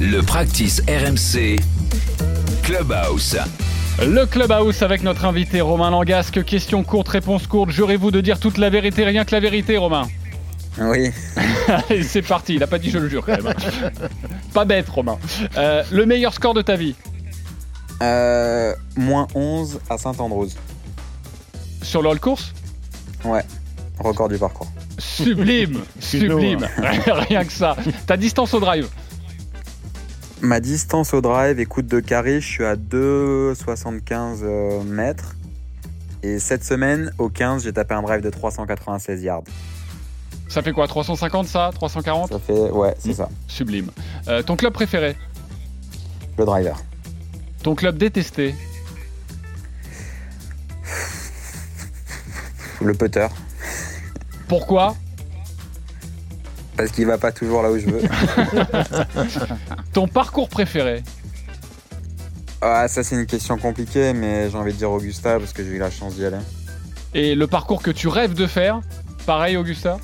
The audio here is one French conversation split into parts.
Le practice RMC Clubhouse. Le Clubhouse avec notre invité Romain Langasque. Question courte, réponse courte. Jurez-vous de dire toute la vérité, rien que la vérité, Romain Oui. Allez, c'est parti. Il a pas dit je le jure quand même. pas bête, Romain. Euh, le meilleur score de ta vie Euh, moins 11 à Saint-Andrews. sur le hall course Ouais. Record du parcours. Sublime, Excuse-nous, sublime. hein. rien que ça. Ta distance au drive Ma distance au drive et coup de carré, je suis à 2,75 euh, mètres. Et cette semaine, au 15, j'ai tapé un drive de 396 yards. Ça fait quoi 350 ça 340 Ça fait, ouais, c'est ça. Sublime. Euh, ton club préféré Le driver. Ton club détesté Le putter. Pourquoi Parce qu'il va pas toujours là où je veux. Ton parcours préféré ah, ça, c'est une question compliquée, mais j'ai envie de dire Augusta parce que j'ai eu la chance d'y aller. Et le parcours que tu rêves de faire Pareil, Augusta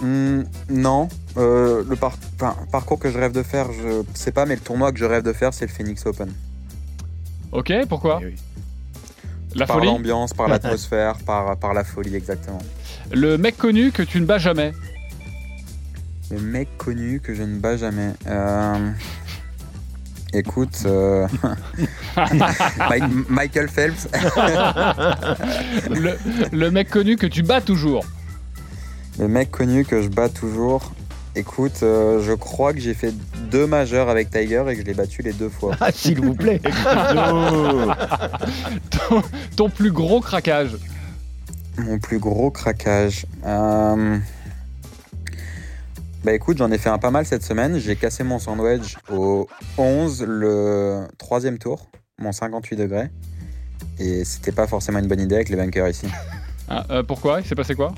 Hmm, non. Euh, le par- enfin, parcours que je rêve de faire, je sais pas, mais le tournoi que je rêve de faire, c'est le Phoenix Open. Ok, pourquoi Eh oui. La par folie l'ambiance, par l'atmosphère, par, par la folie, exactement. Le mec connu que tu ne bats jamais Le mec connu que je ne bats jamais. Euh, Écoute, euh, Mi- Michael Phelps, le, le mec connu que tu bats toujours le mec connu que je bats toujours. Écoute, euh, je crois que j'ai fait deux majeurs avec Tiger et que je l'ai battu les deux fois. Ah, s'il vous plaît. Ton plus gros craquage Mon plus gros craquage. euh, Bah écoute, j'en ai fait un pas mal cette semaine. J'ai cassé mon sandwich au 11, le troisième tour, mon 58 degrés. Et c'était pas forcément une bonne idée avec les bunkers ici. Ah, euh, Pourquoi Il s'est passé quoi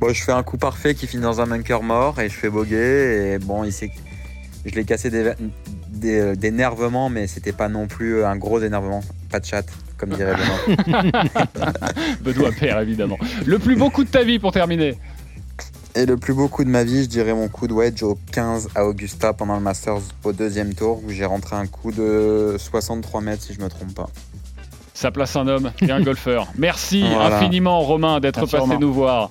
Bon, je fais un coup parfait qui finit dans un bunker mort et je fais boguer. Et bon, il s'est- je l'ai cassé des... Des... d'énervement, mais c'était pas non plus un gros énervement. Pas de chat, comme dirait Benoît. Benoît Père, évidemment. Le plus beau coup de ta vie pour terminer Et le plus beau coup de ma vie, je dirais mon coup de wedge au 15 à Augusta pendant le Masters au deuxième tour où j'ai rentré un coup de 63 mètres si je me trompe pas. Ça place un homme et un golfeur. Merci Voilà. infiniment, Romain, d'être Merci, passé Romain. nous voir.